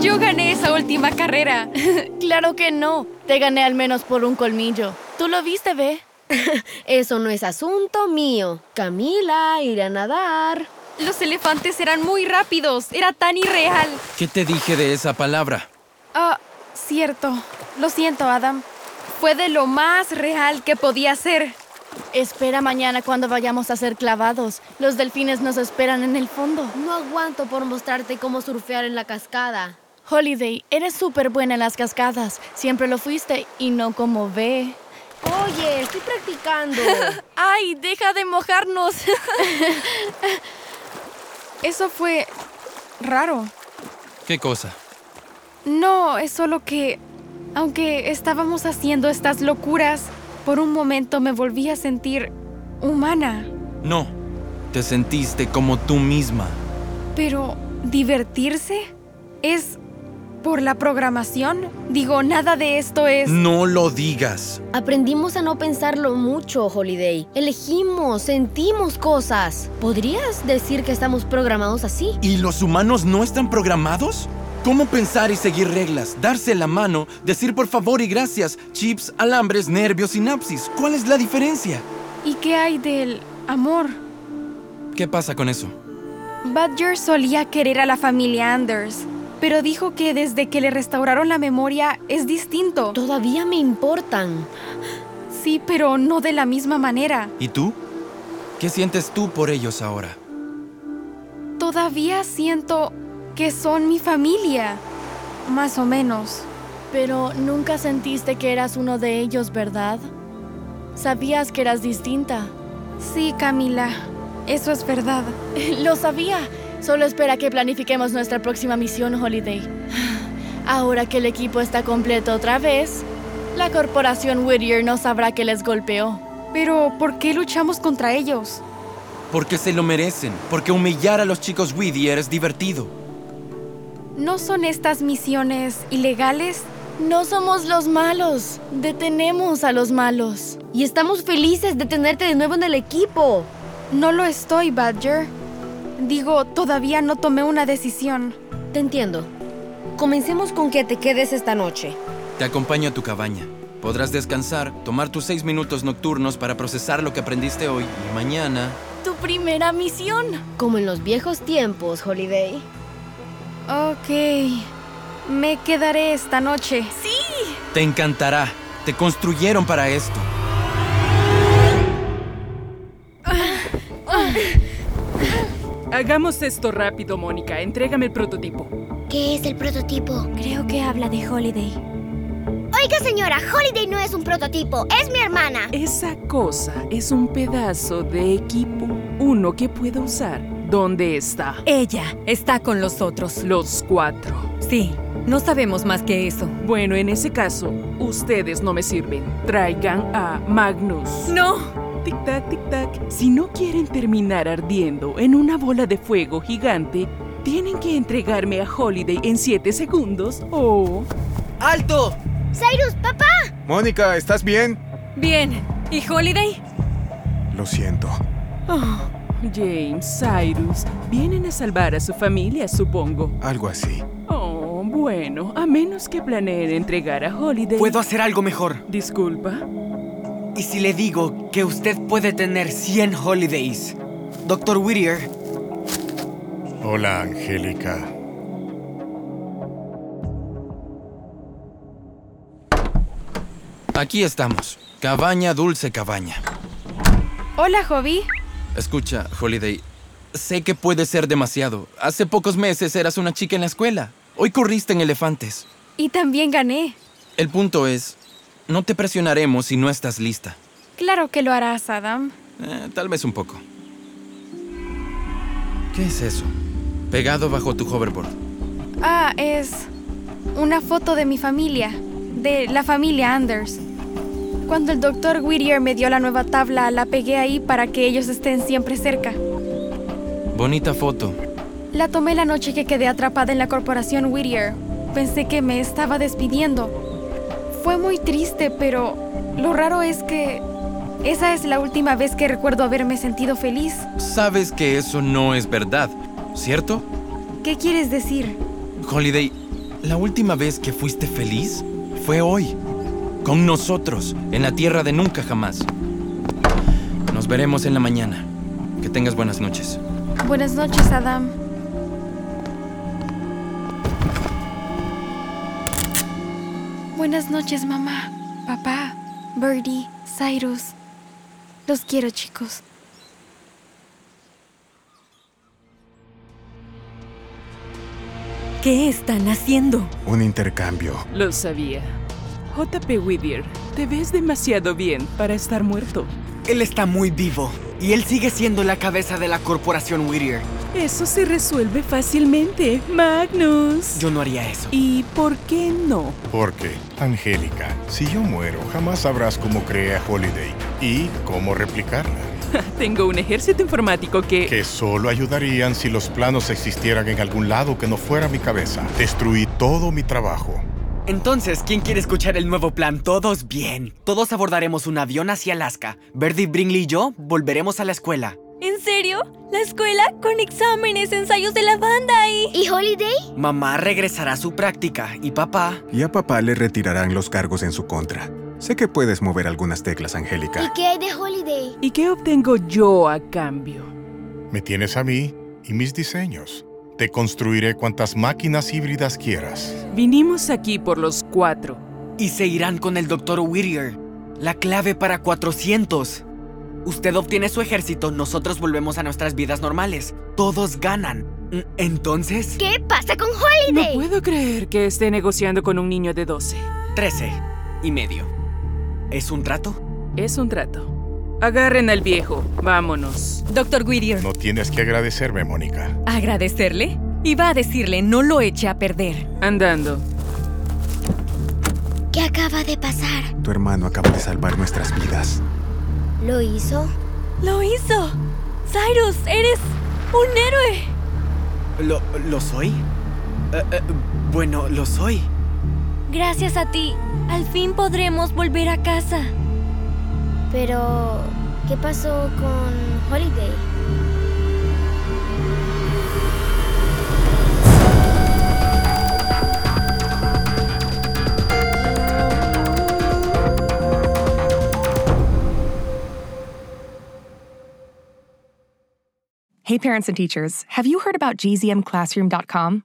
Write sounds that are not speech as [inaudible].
Yo gané esa última carrera. [laughs] Claro que no. Te gané al menos por un colmillo. ¿Tú lo [laughs] viste, Ve? Eso no es asunto mío. Camila, iré a nadar. Los elefantes eran muy rápidos. Era tan irreal. ¿Qué te dije de esa palabra? Ah, cierto. Lo siento, Adam. Fue de lo más real que podía ser. Espera mañana cuando vayamos a hacer clavados. Los delfines nos esperan en el fondo. No aguanto por mostrarte cómo surfear en la cascada. Holiday, eres súper buena en las cascadas. Siempre lo fuiste y no como ve. Oye, estoy practicando. ¡Ay, deja de mojarnos! [laughs] Eso fue raro. ¿Qué cosa? No, es solo que, aunque estábamos haciendo estas locuras, por un momento me volví a sentir humana, No. Te sentiste como tú misma. pero divertirse es por la programación. Digo, nada de esto es... No lo digas. [laughs] Aprendimos a no pensarlo mucho, Holiday. Elegimos, sentimos cosas. ¿Podrías decir que estamos programados así? ¿Y los humanos no están programados? ¿Cómo pensar y seguir reglas? Darse la mano, decir por favor y gracias, chips, alambres, nervios, sinapsis. ¿Cuál es la diferencia? ¿Y qué hay del amor? ¿Qué pasa con eso? Badger solía querer a la familia Anders, pero dijo que desde que le restauraron la memoria es distinto. Todavía me importan. Sí, pero no de la misma manera. ¿Y tú? ¿Qué sientes tú por ellos ahora? Todavía siento que son mi familia. Más o menos. Pero nunca sentiste que eras uno de ellos, ¿verdad? Sabías que eras distinta. Sí, Camila, eso es verdad. [laughs] Lo sabía. Solo espera que planifiquemos nuestra próxima misión, Holiday. Ahora que el equipo está completo otra vez, la corporación Whittier no sabrá que les golpeó. Pero, ¿por qué luchamos contra ellos? Porque se lo merecen, porque humillar a los chicos Whittier es divertido. ¿No son estas misiones ilegales? No somos los malos. Detenemos a los malos. Y estamos felices de tenerte de nuevo en el equipo. No lo estoy, Badger. Digo, todavía no tomé una decisión. Te entiendo. Comencemos con que te quedes esta noche. Te acompaño a tu cabaña. Podrás descansar, tomar tus seis minutos nocturnos para procesar lo que aprendiste hoy y mañana. Tu primera misión. Como en los viejos tiempos, Holiday. Ok. Me quedaré esta noche. Te encantará. Te construyeron para esto. Hagamos esto rápido, Mónica. Entrégame el prototipo. ¿Qué es el prototipo? Creo que habla de Holiday. Oiga, señora, Holiday no es un prototipo, es mi hermana. Esa cosa es un pedazo de equipo. Uno que puedo usar. ¿Dónde está? Ella está con los otros. Los cuatro. Sí, no sabemos más que eso. Bueno, en ese caso, ustedes no me sirven. Traigan a Magnus. ¡No! Tic-tac, tic-tac. Si no quieren terminar ardiendo en una bola de fuego gigante, tienen que entregarme a Holiday en 7 segundos o... ¡Alto! Cyrus, papá. Mónica, ¿estás bien? Bien, ¿y Holiday? Lo siento. Oh, James, Cyrus, vienen a salvar a su familia, supongo. Algo así. Oh, bueno, a menos que planeen entregar a Holiday. Puedo hacer algo mejor. Disculpa. ¿Y si le digo que usted puede tener 100 holidays? Doctor Whittier. Hola, Angélica. Aquí estamos. Cabaña, dulce cabaña. Hola, Hobby. Escucha, Holiday, sé que puede ser demasiado. Hace pocos meses eras una chica en la escuela. Hoy corriste en elefantes. Y también gané. El punto es, no te presionaremos si no estás lista. Claro que lo harás, Adam. Eh, tal vez un poco. ¿Qué es eso? Pegado bajo tu hoverboard. Ah, es una foto de mi familia, de la familia Anders. Cuando el doctor Whittier me dio la nueva tabla, la pegué ahí para que ellos estén siempre cerca. Bonita foto. La tomé la noche que quedé atrapada en la corporación Whittier. Pensé que me estaba despidiendo. Fue muy triste, pero lo raro es que esa es la última vez que recuerdo haberme sentido feliz. Sabes que eso no es verdad, ¿cierto? ¿Qué quieres decir? Holiday, la última vez que fuiste feliz fue hoy, con nosotros, en la tierra de nunca jamás. Nos veremos en la mañana. Que tengas buenas noches. Buenas noches, Adam. Buenas noches, mamá, papá, Birdie, Cyrus. Los quiero, chicos. ¿Qué están haciendo? Un intercambio. Lo sabía. JP Whittier, te ves demasiado bien para estar muerto. Él está muy vivo y él sigue siendo la cabeza de la corporación Whittier. Eso se resuelve fácilmente, Magnus. Yo no haría eso. ¿Y por qué no? Porque, Angélica, si yo muero, jamás sabrás cómo creé a Holiday y cómo replicarla. Tengo un ejército informático que... Que solo ayudarían si los planos existieran en algún lado que no fuera mi cabeza. Destruí todo mi trabajo. Entonces, ¿quién quiere escuchar el nuevo plan? Todos bien. Todos abordaremos un avión hacia Alaska. Verdi, Brinley y yo volveremos a la escuela. ¿En serio? ¿La escuela? Con exámenes, ensayos de la banda y... ¿Y Holiday? Mamá regresará a su práctica y papá... Y a papá le retirarán los cargos en su contra. Sé que puedes mover algunas teclas, Angélica. ¿Y qué hay de Holiday? ¿Y qué obtengo yo a cambio? Me tienes a mí y mis diseños. Te construiré cuantas máquinas híbridas quieras. Vinimos aquí por los cuatro. Y se irán con el doctor Whittier. La clave para 400. Usted obtiene su ejército, nosotros volvemos a nuestras vidas normales. Todos ganan. Entonces... ¿Qué pasa con Holiday? No puedo creer que esté negociando con un niño de 12. 13 y medio. ¿Es un trato? Es un trato. Agarren al viejo. Vámonos. Doctor Whittier. No tienes que agradecerme, Mónica. ¿Agradecerle? Iba a decirle, no lo eche a perder. Andando. ¿Qué acaba de pasar? Tu hermano acaba de salvar nuestras vidas. ¿Lo hizo? ¡Lo hizo! Cyrus, eres un héroe. ¿Lo, lo soy? Eh, eh, bueno, lo soy. Gracias a ti, al fin podremos volver a casa. Pero, ¿qué pasó con Holiday? Hey, parents and teachers, have you heard about gzmclassroom.com?